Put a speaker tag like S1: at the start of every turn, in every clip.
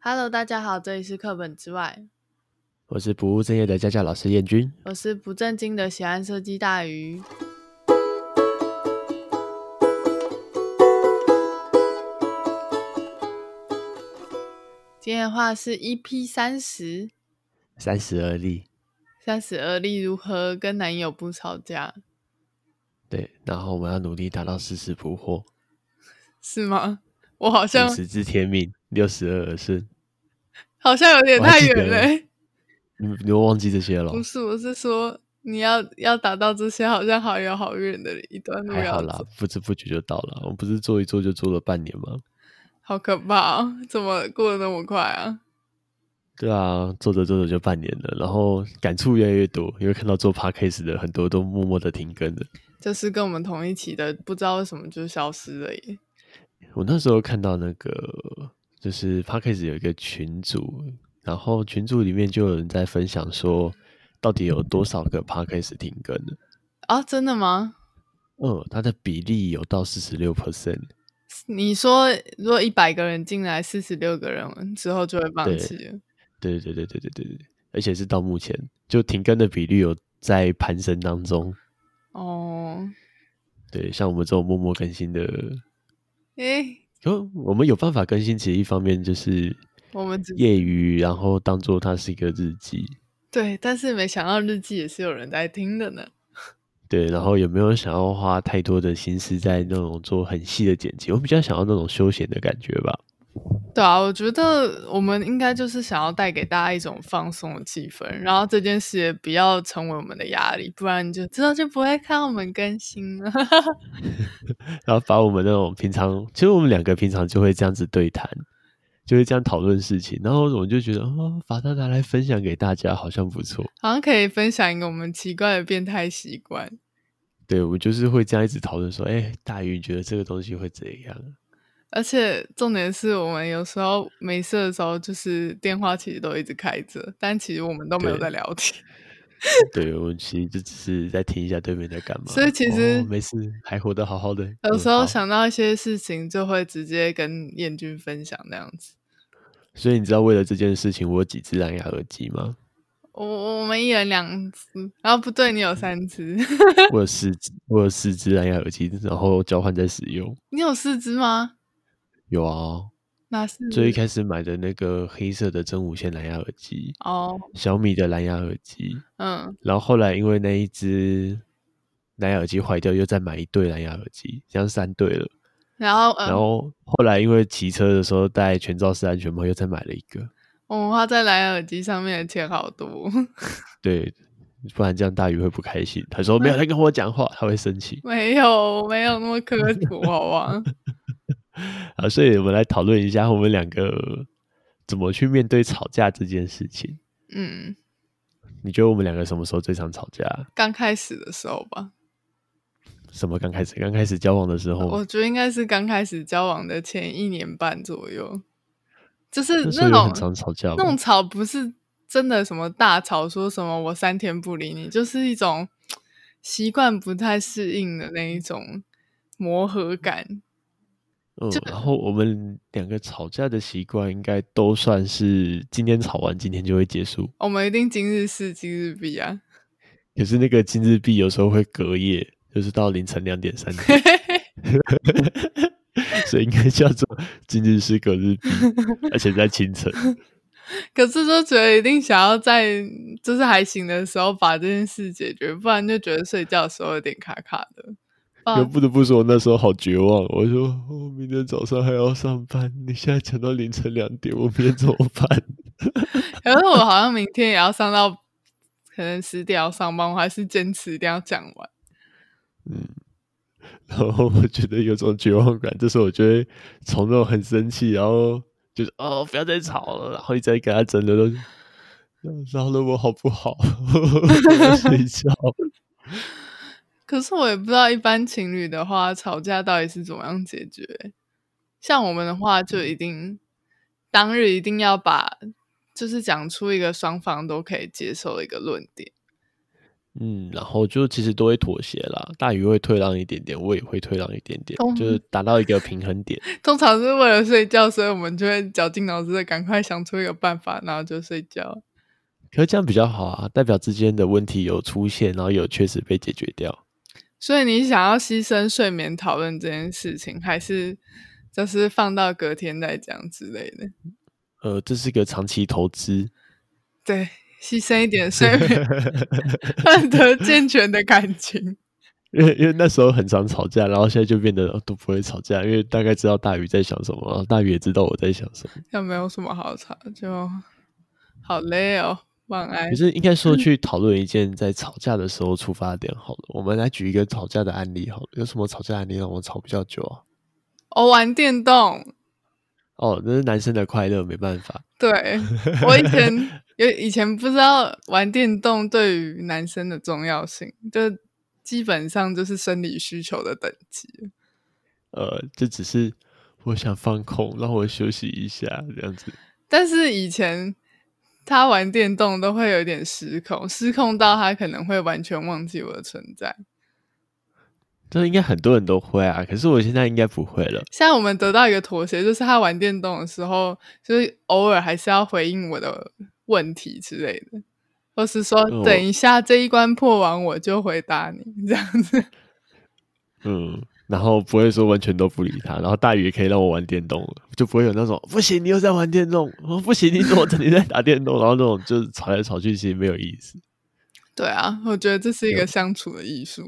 S1: Hello，大家好，这里是课本之外，
S2: 我是不务正业的家教老师燕君。
S1: 我是不正经的喜欢设计大鱼。今天的话是 EP 三十，
S2: 三十而立，
S1: 三十而立如何跟男友不吵架，
S2: 对，然后我们要努力达到四十不惑，
S1: 是吗？我好像
S2: 五十知天命，六十而耳顺。
S1: 好像有点
S2: 我还
S1: 太
S2: 记得
S1: 远了、欸
S2: 你你都忘记这些了
S1: 不？是，我是说你要要达到这些，好像好遥好远的一段路
S2: 还
S1: 要
S2: 好
S1: 走
S2: 啦，不知不觉就到了。我们不是做一做就做了半年吗？
S1: 好可怕、哦！怎么过得那么快啊？
S2: 对啊，做着做着就半年了，然后感触越来越多，因为看到做 podcast 的很多都默默的停更了。
S1: 就是跟我们同一期的，不知道为什么就消失了耶。
S2: 我那时候看到那个就是 p a c k a g e 有一个群组，然后群组里面就有人在分享说，到底有多少个 p a c k a g e 停更的？
S1: 啊，真的吗？
S2: 嗯，它的比例有到四十六 percent，
S1: 你说如果一百个人进来，四十六个人之后就会放弃了，
S2: 对对对对对对对，而且是到目前就停更的比率有在攀升当中。
S1: 哦，
S2: 对，像我们这种默默更新的，
S1: 诶、
S2: 就我们有办法更新，其实一方面就是
S1: 我们只
S2: 业余，然后当做它是一个日记。
S1: 对，但是没想到日记也是有人在听的呢。
S2: 对，然后也没有想要花太多的心思在那种做很细的剪辑，我比较想要那种休闲的感觉吧。
S1: 对啊，我觉得我们应该就是想要带给大家一种放松的气氛，然后这件事也不要成为我们的压力，不然你就知道就不会看我们更新了。
S2: 然后把我们那种平常，其实我们两个平常就会这样子对谈，就会这样讨论事情，然后我就觉得哦，把它拿来分享给大家好像不错。
S1: 好像可以分享一个我们奇怪的变态习惯。
S2: 对，我就是会这样一直讨论说，哎，大鱼你觉得这个东西会怎样？
S1: 而且重点是我们有时候没事的时候，就是电话其实都一直开着，但其实我们都没有
S2: 对
S1: 在聊天。
S2: 对我其实就只是在听一下对面在干嘛，
S1: 所以其实
S2: 哦没事，还活得好好的。
S1: 有
S2: 嗯
S1: 时候
S2: 好
S1: 想到一些事情，就会直接跟燕君分享那样子。
S2: 所以你知道为了这件事情，我有几只蓝牙耳机 吗？
S1: 我我们一人两只，然后不对，你有三只，
S2: 我有四只，我有四只蓝牙耳机，然后交换在使用。
S1: 你有四只吗？
S2: 有啊，
S1: 那是
S2: 最一开始买的那个黑色的真无线蓝牙耳机，
S1: 哦，
S2: 小米的蓝牙耳机，
S1: 嗯，
S2: 然后后来因为那一只蓝牙耳机坏掉，又再买一对蓝牙耳机，这样三对了。
S1: 然后
S2: 然
S1: 嗯，
S2: 后后来因为骑车的时候戴全罩式安全帽，又再买了一个。
S1: 我们花在蓝牙耳机上面的钱好多，
S2: 对，不然这样大鱼会不开心。他说没有在跟我讲话，他会生气。
S1: 没有没有那么苛求，好不好？
S2: 啊，所以我们来讨论一下我们两个怎么去面对吵架这件事情。
S1: 嗯，
S2: 你觉得我们两个什么时候最常吵架？
S1: 刚开始的时候吧，
S2: 什么刚开始？刚开始交往的时候吗，
S1: 我觉得应该是刚开始交往的前一年半左右，就是
S2: 那时候有
S1: 种
S2: 很常吵架
S1: 那
S2: 吗
S1: 种？吵，不是真的什么大吵，说什么我三天不理你，就是一种习惯不太适应的那一种磨合感。
S2: 嗯，然后我们两个吵架的习惯应该都算是今天吵完，今天就会结束。
S1: 我们一定今日事今日毕啊！
S2: 可是那个今日币有时候会隔夜，就是到凌晨两点三点，所以应该叫做今日是隔日币，而且在清晨。
S1: 可是就觉得一定想要在就是还行的时候把这件事解决，不然就觉得睡觉的时候有点卡卡的。
S2: 又
S1: 啊，
S2: 不得不说，我那时候好绝望。我说，我、明天早上还要上班，你现在讲到凌晨两点，我明天怎么办？
S1: 可是我好像明天也要上到可能十点要上班，我还是坚持一定要讲完。
S2: 然后我觉得有种绝望感，这时候我就会从那种很生气，然后就是哦不要再吵了，然后一直在跟他争论，都饶了我好不好？ 我要睡觉。
S1: 可是我也不知道，一般情侣的话，吵架到底是怎么样解决？像我们的话，就一定当日一定要把，就是讲出一个双方都可以接受的一个论点。
S2: 嗯，然后就其实都会妥协啦，大鱼会退让一点点，我也会退让一点点，
S1: 哦
S2: 就是达到一个平衡点。
S1: 通常是为了睡觉，所以我们就会绞尽脑汁的赶快想出一个办法，然后就睡觉。
S2: 可是这样比较好啊，代表之间的问题有出现，然后有确实被解决掉。
S1: 所以你想要牺牲睡眠讨论这件事情，还是就是放到隔天再讲之类的？
S2: 呃，这是个长期投资，
S1: 对，牺牲一点睡眠，换得健全的感情。
S2: 因为因为那时候很常吵架，然后现在就变得、哦都不会吵架，因为大概知道大鱼在想什么，然后大鱼也知道我在想什么。
S1: 又没有什么好吵，就好累哦，晚安
S2: 可。是应该说去讨论一件在吵架的时候出发点好了。我们来举一个吵架的案例好了，有什么吵架案例让我吵比较久啊？
S1: 我、哦玩电动，
S2: 哦，那是男生的快乐，没办法。
S1: 对我以前有以前不知道玩电动对于男生的重要性，就基本上就是生理需求的等级。
S2: 呃，这只是我想放空，让我休息一下这样子。
S1: 但是以前他玩电动都会有点失控，失控到他可能会完全忘记我的存在。
S2: 这应该很多人都会啊，可是我现在应该不会了。
S1: 现在我们得到一个妥协，就是他玩电动的时候，就是偶尔还是要回应我的问题之类的，或是说
S2: 嗯我
S1: 等一下这一关破完我就回答你这样子。
S2: 嗯，然后不会说完全都不理他，然后大鱼也可以让我玩电动了，就不会有那种不行你又在玩电动，哦不行你怎么整天在打电动，然 后那种就是吵来吵去，其实没有意思。
S1: 对啊，我觉得这是一个相处的艺术，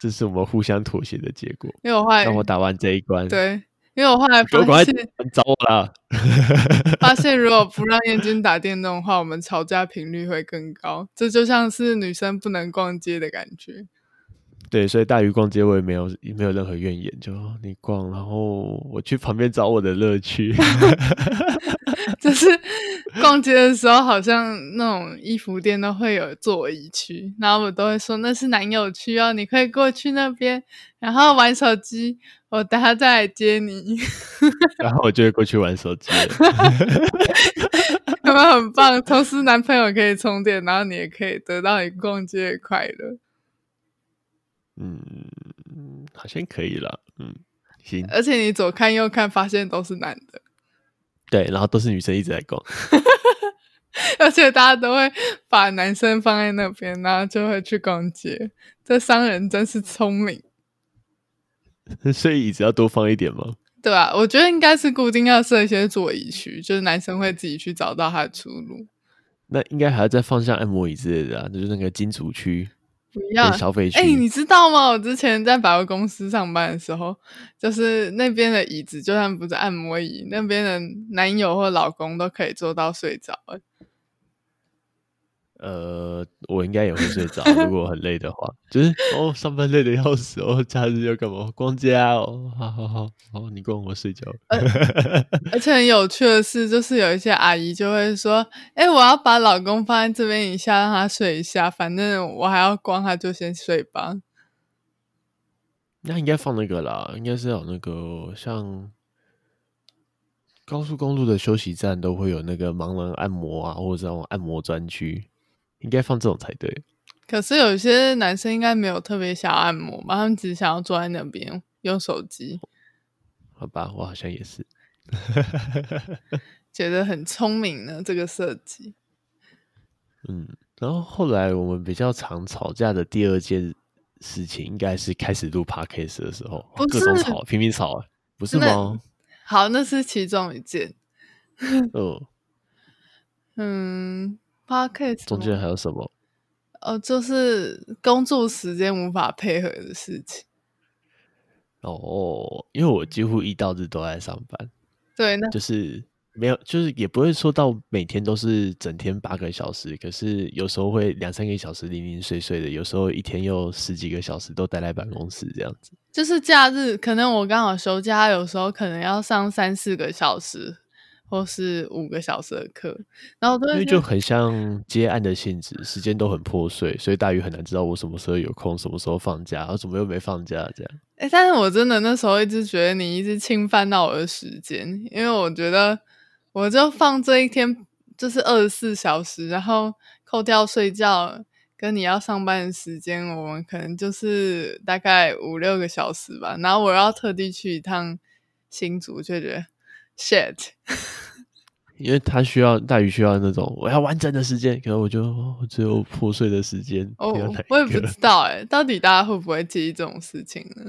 S2: 这是我们互相妥协的结果。
S1: 因为我后来
S2: 让我打完这一关，，
S1: 哎对，因为我后来
S2: 给我赶快
S1: 发 现
S2: 找我啦！
S1: 发现如果不让燕君打电动的话，我们吵架频率会更高。这就像是女生不能逛街的感觉。
S2: 对，所以大鱼逛街我也没有没有任何怨言，就哦你逛，然后我去旁边找我的乐趣。
S1: 就是逛街的时候，好像那种衣服店都会有座椅区，然后我都会说那是男友区哦，你可以过去那边，然后玩手机，我等下再来接你，
S2: 然后我就会过去玩手机了。
S1: 有没有很棒？同时男朋友可以充电，然后你也可以得到你逛街的快乐。
S2: 嗯，好像可以了。嗯，行，
S1: 而且你左看右看，发现都是男的。
S2: 对，然后都是女生一直在逛。
S1: 而且大家都会把男生放在那边，然后就会去逛街。这商人真是聪明，
S2: 所以椅子要多放一点吗？
S1: 对吧、我觉得应该是固定要设一些座椅区，就是男生会自己去找到他的出路。
S2: 那应该还要再放下按摩椅之类的啊，就是那个金主区
S1: 不要
S2: 跟，消费区。
S1: 哎、你知道吗？我之前在百货公司上班的时候，就是那边的椅子，就算不是按摩椅，那边的男友或老公都可以坐到睡着、哎
S2: 呃，我应该也会睡 着，如果我很累的话，就是哦，上班累的要死哦，假日要干嘛？逛街啊，哦，好好好，好，你逛我睡觉。
S1: 而且很有趣的是，就是有一些阿姨就会说：“哎、我要把老公放在这边一下，让他睡一下，反正我还要光，他就先睡吧。
S2: 那应该放那个啦，应该是要有那个像高速公路的休息站都会有那个盲人按摩啊，或者是那种按摩专区，应该放这种才对。”
S1: 可是有些男生应该没有特别想要按摩吧，他们只想要坐在那边用手机，
S2: 好吧，我好像也是。
S1: 觉得很聪明呢。这个设计，
S2: 嗯，然后后来我们比较常吵架的第二件事情，应该是开始录 podcast 的时候，
S1: 不
S2: 各种
S1: 是
S2: 吵，拼命吵，不是
S1: 那
S2: 吗？
S1: 好，那是其中一件。
S2: 嗯，
S1: 嗯 p o d c a s
S2: 中间还有什么？
S1: 哦，就是工作时间无法配合的事情。
S2: 哦，因为我几乎一到日都在上班，
S1: 对，那
S2: 就是没有，就是也不会说到每天都是整天八个小时，可是有时候会两三个小时零零碎碎的，有时候一天又十几个小时都待在办公室这样子。
S1: 就是假日，可能我刚好休假，有时候可能要上三四个小时，或是五个小时的课，然后我都
S2: 因
S1: 会
S2: 为就
S1: 觉得
S2: 很像接案的性质，时间都很破碎，所以大鱼很难知道我什么时候有空，什么时候放假，然啊后怎么又没放假这样。
S1: 哎、但是我真的那时候一直觉得你一直侵犯到我的时间，因为我觉得我就放这一天就是二十四小时，然后扣掉睡觉。跟你要上班的时间，我们可能就是大概五六个小时吧。然后我要特地去一趟新竹，就觉得 shit，
S2: 因为他需要大鱼需要那种我要完整的时间，可能我就哦我只有破碎的时间。
S1: 哦
S2: 你要哪一，
S1: 我也不
S2: 个
S1: 知道哎、到底大家会不会介意这种事情呢？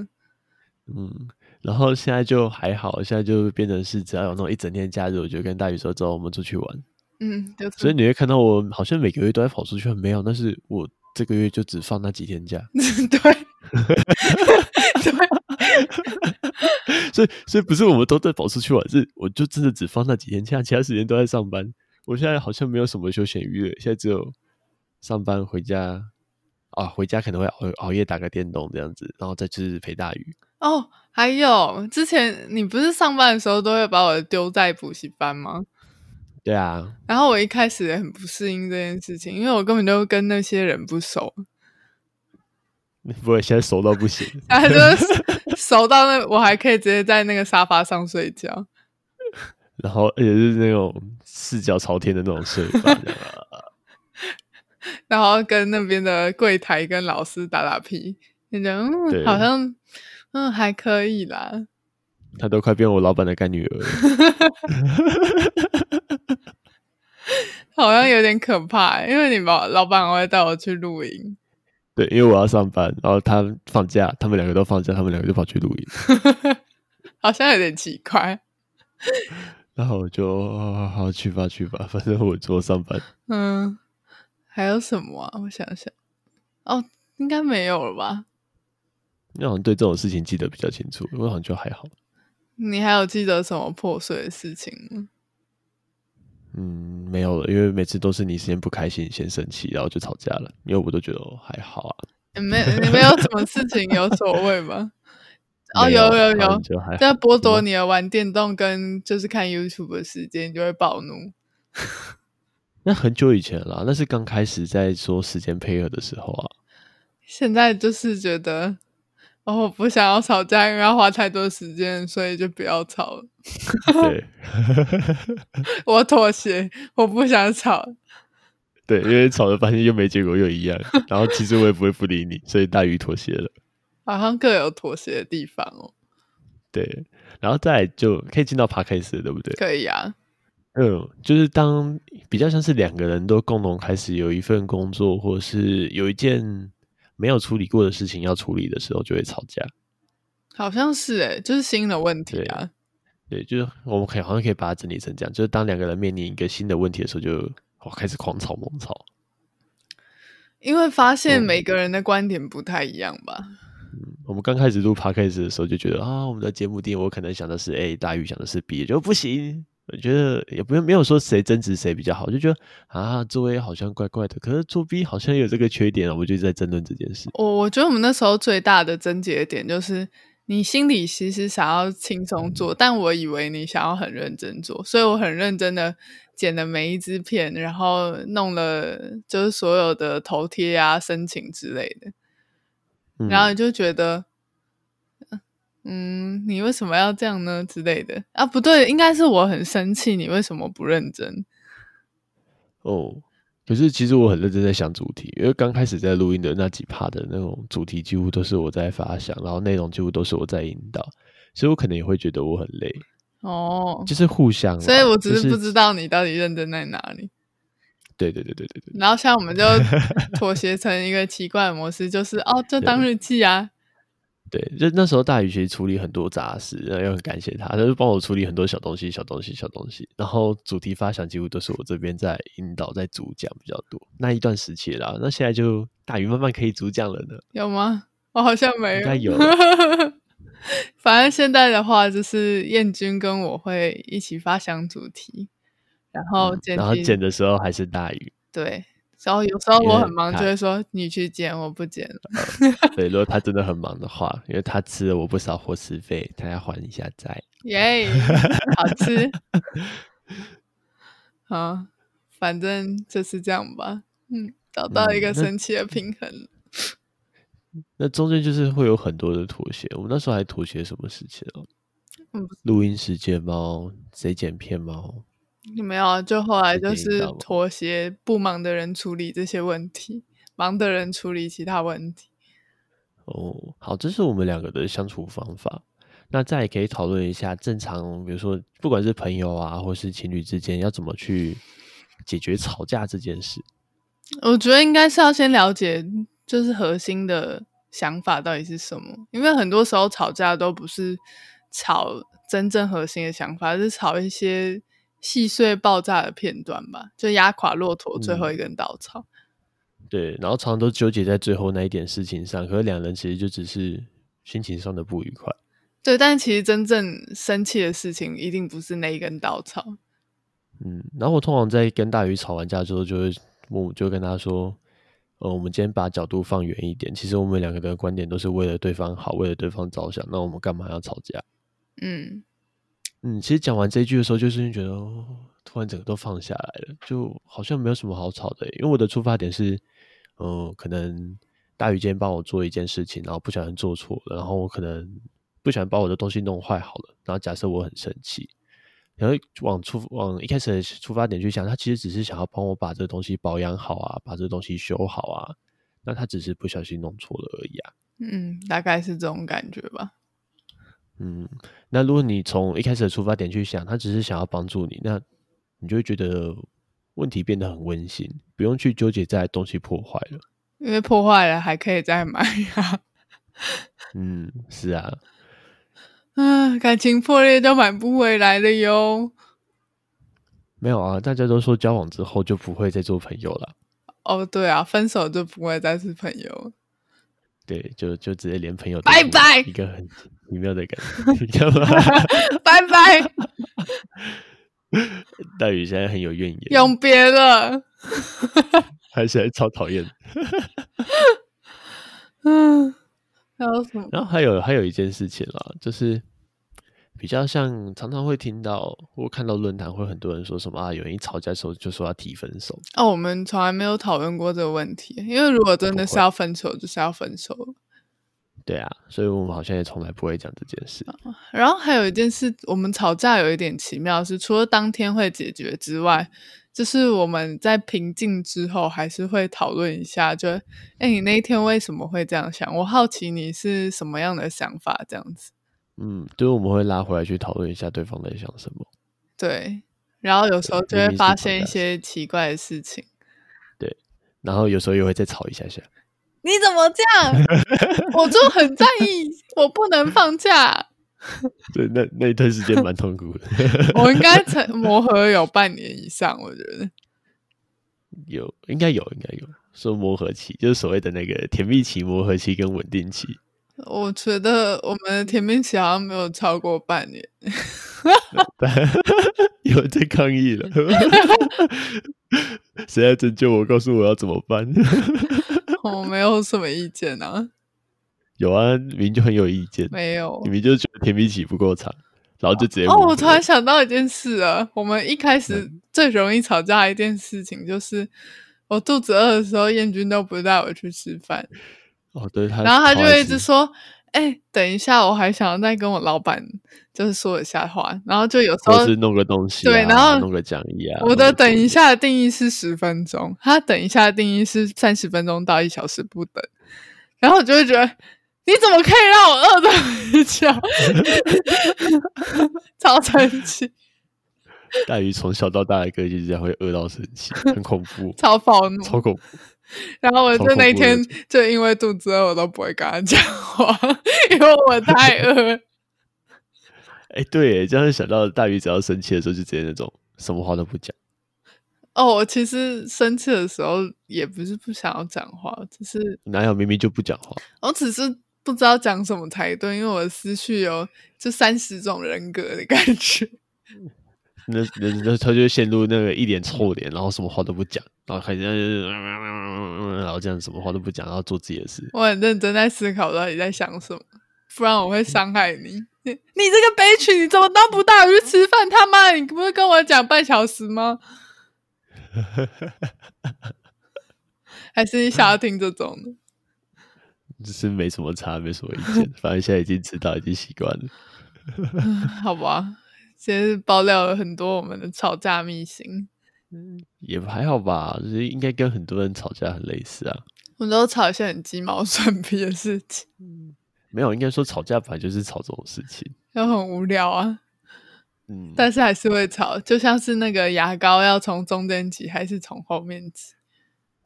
S2: 嗯，然后现在就还好，现在就变成是只要有那种一整天的假日，我就跟大宇说走，我们出去玩。
S1: 嗯，就是
S2: 所以你会看到我好像每个月都在跑出去，很没有，但是我这个月就只放那几天假，
S1: 对对，
S2: 所以所以不是我们都在跑出去玩，是我就真的只放那几天假，其他时间都在上班。我现在好像没有什么休闲娱乐，现在只有上班回家啊，回家可能会熬熬夜打个电动这样子，然后再就是陪大鱼。
S1: 哦，还有之前你不是上班的时候都会把我丢在补习班吗？
S2: 对啊，
S1: 然后我一开始也很不适应这件事情，因为我根本就跟那些人不熟，
S2: 不会现在熟到不行。
S1: 然后就是熟到那我还可以直接在那个沙发上睡觉。
S2: 然后而且是那种四脚朝天的那种睡法，这样啊
S1: 然后跟那边的柜台跟老师打打屁，那种嗯，
S2: 对
S1: 好像嗯还可以啦。
S2: 她都快变我老板的干女儿了。
S1: 好像有点可怕、欸因为你老老板会带我去露营，
S2: 对，因为我要上班，然后她放假，他们两个都放假，他们两个就跑去露营，
S1: 好像有点奇怪。
S2: 然后我就、哦、好去吧去吧，反正我做上班。
S1: 嗯，还有什么啊？我想想，哦，应该没有了吧？
S2: 那好像对这种事情记得比较清楚，我好像就还好。
S1: 你还有记得什么破碎的事情吗？
S2: 嗯，没有了，因为每次都是你先不开心，先生气，然后就吵架了。因为我都觉得、哦、还好啊。
S1: 也没你没有什么事情有所谓吧？哦，
S2: 没
S1: 有
S2: 有
S1: 有
S2: 好
S1: 有
S2: 像，就还好
S1: 在剥夺
S2: 么
S1: 你的玩电动跟就是看 YouTube 的时间，你就会暴怒。
S2: 那很久以前了啦，那是刚开始在说时间配合的时候 啊。
S1: 现在就是觉得，哦，我不想要吵架，因为要花太多时间，所以就不要吵了。
S2: 对。
S1: 我妥协，我不想吵。
S2: 对，因为吵了半天又没结果，又一样。然后其实我也不会不理你，所以大鱼妥协了。
S1: 好像各有妥协的地方哦，
S2: 对，然后再来就可以进到 podcast，了对不对？
S1: 可以啊，
S2: 嗯，就是当比较像是两个人都共同开始有一份工作，或是有一件没有处理过的事情要处理的时候，就会吵架。
S1: 好像是诶、就是新的问题啊，
S2: 对，就是我们可以好像可以把它整理成这样，就是当两个人面临一个新的问题的时候就，哦开始狂吵猛吵。
S1: 因为发现
S2: 嗯
S1: 每个人的观点不太一样吧。
S2: 我们刚开始录 podcast 的时候就觉得啊，我们的节目定位我可能想的是 A，大鱼想的是 B，就不行。我觉得也不用没有说谁争执谁比较好，就觉得啊，做 A 好像怪怪的，可是做 B 好像也有这个缺点啊，我们就一直在争论这件事。
S1: 我我觉得我们那时候最大的症结点就是，你心里其实想要轻松做，但我以为你想要很认真做，所以我很认真的剪了每一支片，然后弄了就是所有的头贴啊、申请之类的，
S2: 嗯、
S1: 然后你就觉得，嗯，你为什么要这样呢之类的啊？不对，应该是我很生气，你为什么不认真？
S2: 哦，可是其实我很认真在想主题，因为刚开始在录音的那几趴的那种主题几乎都是我在发想，然后内容几乎都是我在引导，所以我可能也会觉得我很累，
S1: 哦，
S2: 就是互相啦。啊
S1: 所以我只是
S2: 就
S1: 不知道你到底认真在哪里。
S2: 对对对对对对，
S1: 然后现在我 们就妥协成一个奇怪的模式，就是哦，就当日记啊。
S2: 对，就那时候大宇其实处理很多杂事，然后又很感谢他，他就帮我处理很多小东西、小东西、小东西。然后主题发想几乎都是我这边在引导、在主讲比较多。那一段时期啦，那现在就大宇慢慢可以主讲了呢。
S1: 有吗？我好像没有。
S2: 应该有
S1: 反正现在的话，就是燕君跟我会一起发想主题，然后
S2: 嗯
S1: 哦剪辑、
S2: 然后剪的时候还是大宇，
S1: 对。然后有时候
S2: 因为
S1: 我很忙，
S2: 他
S1: 就会说你去剪，我不剪了。
S2: 对，如果他真的很忙的话，因为他吃了我不少伙食费，他要还一下债。
S1: 耶、好吃。好，反正就是这样吧。嗯，找到一
S2: 嗯
S1: 个
S2: 那
S1: 神奇的平衡。
S2: 那中间就是会有很多的妥协。我们那时候还妥协什么事情哦、
S1: 嗯
S2: 录音时间吗？谁剪片吗？
S1: 没有啊，就后来
S2: 是
S1: 就
S2: 电影
S1: 是
S2: 道吗
S1: 妥协不忙的人处理这些问题，忙的人处理其他问题。
S2: 哦，好，这是我们两个的相处方法。那再也可以讨论一下，正常，比如说不管是朋友啊，或是情侣之间，要怎么去解决吵架这件事。
S1: 我觉得应该是要先了解，就是核心的想法到底是什么，因为很多时候吵架都不是吵真正核心的想法，而是吵一些细碎爆炸的片段吧，就压垮骆驼最后一根稻草。
S2: 对，然后常常都纠结在最后那一点事情上，可是两人其实就只是心情上的不愉快。
S1: 对，但其实真正生气的事情一定不是那一根稻草。
S2: 嗯，然后我通常在跟大鱼吵完架之后，就会我就跟他说，呃，我们今天把角度放远一点。其实我们两个的观点都是为了对方好，为了对方着想。那我们干嘛要吵架？
S1: 嗯，
S2: 嗯，其实讲完这一句的时候，就是觉得、哦、突然整个都放下来了，就好像没有什么好吵的耶。欸因为我的出发点是，嗯、可能大宇今天帮我做一件事情，然后不小心做错了，然后我可能不小心把我的东西弄坏好了，然后假设我很生气，然后往出往一开始的出发点去想，他其实只是想要帮我把这个东西保养好啊，把这个东西修好啊，那他只是不小心弄错了而已啊。
S1: 嗯，大概是这种感觉吧。
S2: 嗯，那如果你从一开始的出发点去想，他只是想要帮助你，那你就会觉得问题变得很温馨，不用去纠结在东西破坏了。
S1: 因为破坏了还可以再买啊，
S2: 嗯，是啊，
S1: 啊，感情破裂就买不回来了哟。
S2: 没有啊，大家都说交往之后就不会再做朋友了，
S1: 哦，对啊，分手就不会再是朋友了。
S2: 对，就就直接连朋友都
S1: 拜
S2: 不
S1: 拜
S2: 一个很奇妙的感觉，你 知道 吗？
S1: 拜拜，
S2: 大宇现在很有怨言，
S1: 永别了。
S2: 他现在超讨厌的。
S1: 嗯，还有什么？
S2: 然后还有还有一件事情啦，就是比较像常常会听到或看到论坛会很多人说什么啊，有人一吵架的时候就说要提分手，
S1: 哦，我们从来没有讨论过这个问题，因为如果真的
S2: 不会
S1: 是要分手，就是要分手了。
S2: 对啊，所以我们好像也从来不会讲这件事。
S1: 然后还有一件事，我们吵架有一点奇妙的是，除了当天会解决之外，就是我们在平静之后，还是会讨论一下，就哎，你那一天为什么会这样想？我好奇你是什么样的想法，这样子。
S2: 嗯，就是我们会拉回来去讨论一下对方在想什么。
S1: 对，然后有时候就
S2: 明
S1: 会
S2: 明是
S1: 发
S2: 吵
S1: 现一
S2: 架
S1: 些奇怪的事情。
S2: 然后有时候也会再吵一下下，
S1: 你怎么这样？ 我就很在意，我不能放假。
S2: 对，那那一段时间蛮痛苦的，
S1: 我应该才磨合有半年以上，我觉得。
S2: 有应该有应该有说磨合期，就是所谓的那个甜蜜期、磨合期跟稳定期。
S1: 我觉得我们的甜蜜期好像没有超过半年。
S2: 有人在抗议了，谁来拯救我？告诉我要怎么 办？
S1: 我没有什么意见啊，
S2: 有啊，明明就很有意见，
S1: 没有
S2: 你。们就觉得甜蜜期不够长，然后就直接
S1: 哦，
S2: 抹
S1: 我
S2: 黑
S1: 突然想到一件事啊，我们一开始
S2: 嗯
S1: 最容易吵架的一件事情就是，我肚子饿的时候，燕君都不带我去吃饭，
S2: 哦，对他，
S1: 然后他就会一直
S2: 只
S1: 说：“哎、等一下，我还想要再跟我老板就是说一下话。”然后就有时候
S2: 或是弄个东西啊、
S1: 对然后
S2: 弄个讲义啊，
S1: 我的
S2: 弄个作
S1: 等
S2: 业
S1: 一，下的定义是十分钟，他等一下的定义是三十分钟到一小时不等，然后我就会觉得你怎么可以让我饿到一觉， 超生气，，
S2: 大鱼从小到大的个性这样会饿到生气，很恐 怖
S1: 超暴怒。
S2: 超恐怖。
S1: 然后我
S2: 超
S1: 就
S2: 恐
S1: 那
S2: 怖的
S1: 天
S2: 一
S1: 就因为肚子饿，我都不会跟他讲话，因为我太饿。
S2: 哎、对耶，这样想到大鱼只要生气的时候，就直接那种什么话都不讲。
S1: 哦，我其实生气的时候也不是不想要讲话，只是
S2: 哪有明明就不讲话？
S1: 我只是不知道讲什么才对，因为我的思绪有就三十种人格的感觉。
S2: 那那那他就陷入那个一脸臭脸，然后什么话都不讲，然后开始就是然后这样什么话都不讲，然后做自己的事。
S1: 我很认真在思考到底在想什么，不然我会伤害你。你你这个悲曲，你怎么都不带我去吃饭？他妈，你不是跟我讲半小时吗？ 还是你想要听这种的？
S2: 只是没什么差，没什么意见，反正现在已经知道，已经习惯了。
S1: 好吧，今天爆料了很多我们的吵架秘辛。
S2: 也还好吧，就是应该跟很多人吵架很类似啊。
S1: 我们都吵一些很鸡毛蒜皮的事情，
S2: 没有，应该说吵架本来就是吵这种事情。
S1: 都很无聊啊，
S2: 嗯，
S1: 但是还是会吵，就像是那个牙膏要从中间挤还是从后面挤，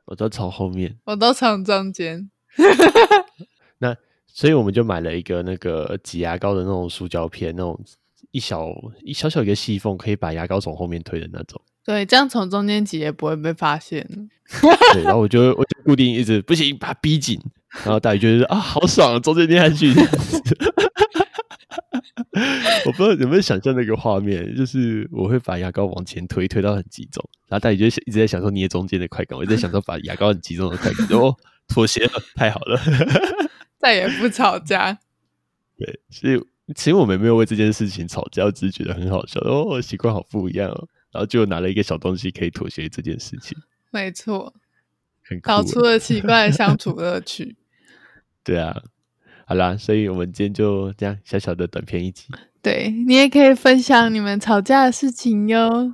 S2: 我都从后面，
S1: 我都从中间。
S2: 所以我们就买了一个那个挤牙膏的那种塑胶片，那种一小一小小一个细缝，可以把牙膏从后面推的那种。
S1: 对，这样从中间挤也不会被发现。
S2: 对，然后我就我就固定一直不行，把它逼紧。然后大鱼就是啊，好爽、啊，中间捏下去。 这样子我不知道有没有想象那个画面，就是我会把牙膏往前推，推到很集中，然后大鱼就一直在享受捏中间的快感，我一直在享受把牙膏很集中的快感。哦，妥协了，太好了。
S1: 再也不吵架。
S2: 对，所以其实我们没有为这件事情吵架，我只是觉得很好笑。哦，习惯好不一样哦。然后就拿了一个小东西可以妥协这件事情，
S1: 没错，
S2: 很酷
S1: 搞
S2: 欸。
S1: 出了奇怪的相处乐趣。
S2: 对啊，好啦，所以我们今天就这样小小的短片一集，
S1: 对你也可以分享你们吵架的事情哟。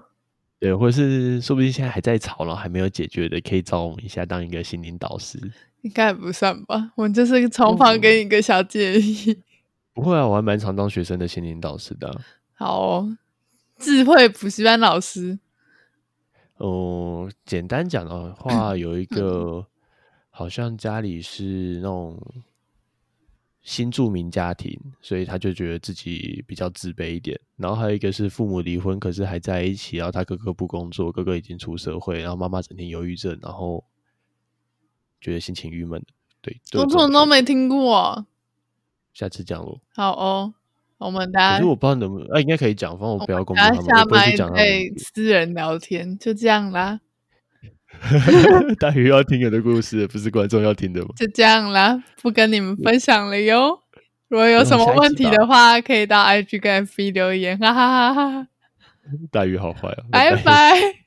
S2: 对，或者是说不定现在还在吵，然后还没有解决的，可以找我们一下当一个心灵导师。
S1: 应该也不算吧，我就是从
S2: 嗯
S1: 旁给你一个小建议。
S2: 不会啊，我还蛮常当学生的心灵导师的啊、
S1: 好哦，智慧补习班老师，
S2: 哦、简单讲的话，有
S1: 嗯
S2: 一个好像家里是那种新住民家庭，所以他就觉得自己比较自卑一点。然后还有一个是父母离婚，可是还在一起，然后他哥哥不工作，哥哥已经出社会，然后妈妈整天忧郁症，然后觉得心情郁闷。对，都有
S1: 我
S2: 这
S1: 怎么
S2: 种
S1: 都
S2: 事
S1: 没听过。
S2: 下次讲咯。
S1: 好哦，我们
S2: 可
S1: 大
S2: 是
S1: 家
S2: 我不知道能不能，啊，应该可以讲，反正我不要公布
S1: 大
S2: 他
S1: 家
S2: 们，我
S1: 下
S2: 不会去
S1: 麦
S2: 讲他们的
S1: 再私人聊天，就这样啦，
S2: 名 字。大鱼要听我的故事，不是观众要听的吗？
S1: 就这样啦，不跟你们分享了哟。如果有什么问题
S2: 那我们下一集
S1: 的话，可以到 IG 跟 FB 留言，哈哈哈哈！
S2: 大鱼好坏啊，
S1: 拜拜。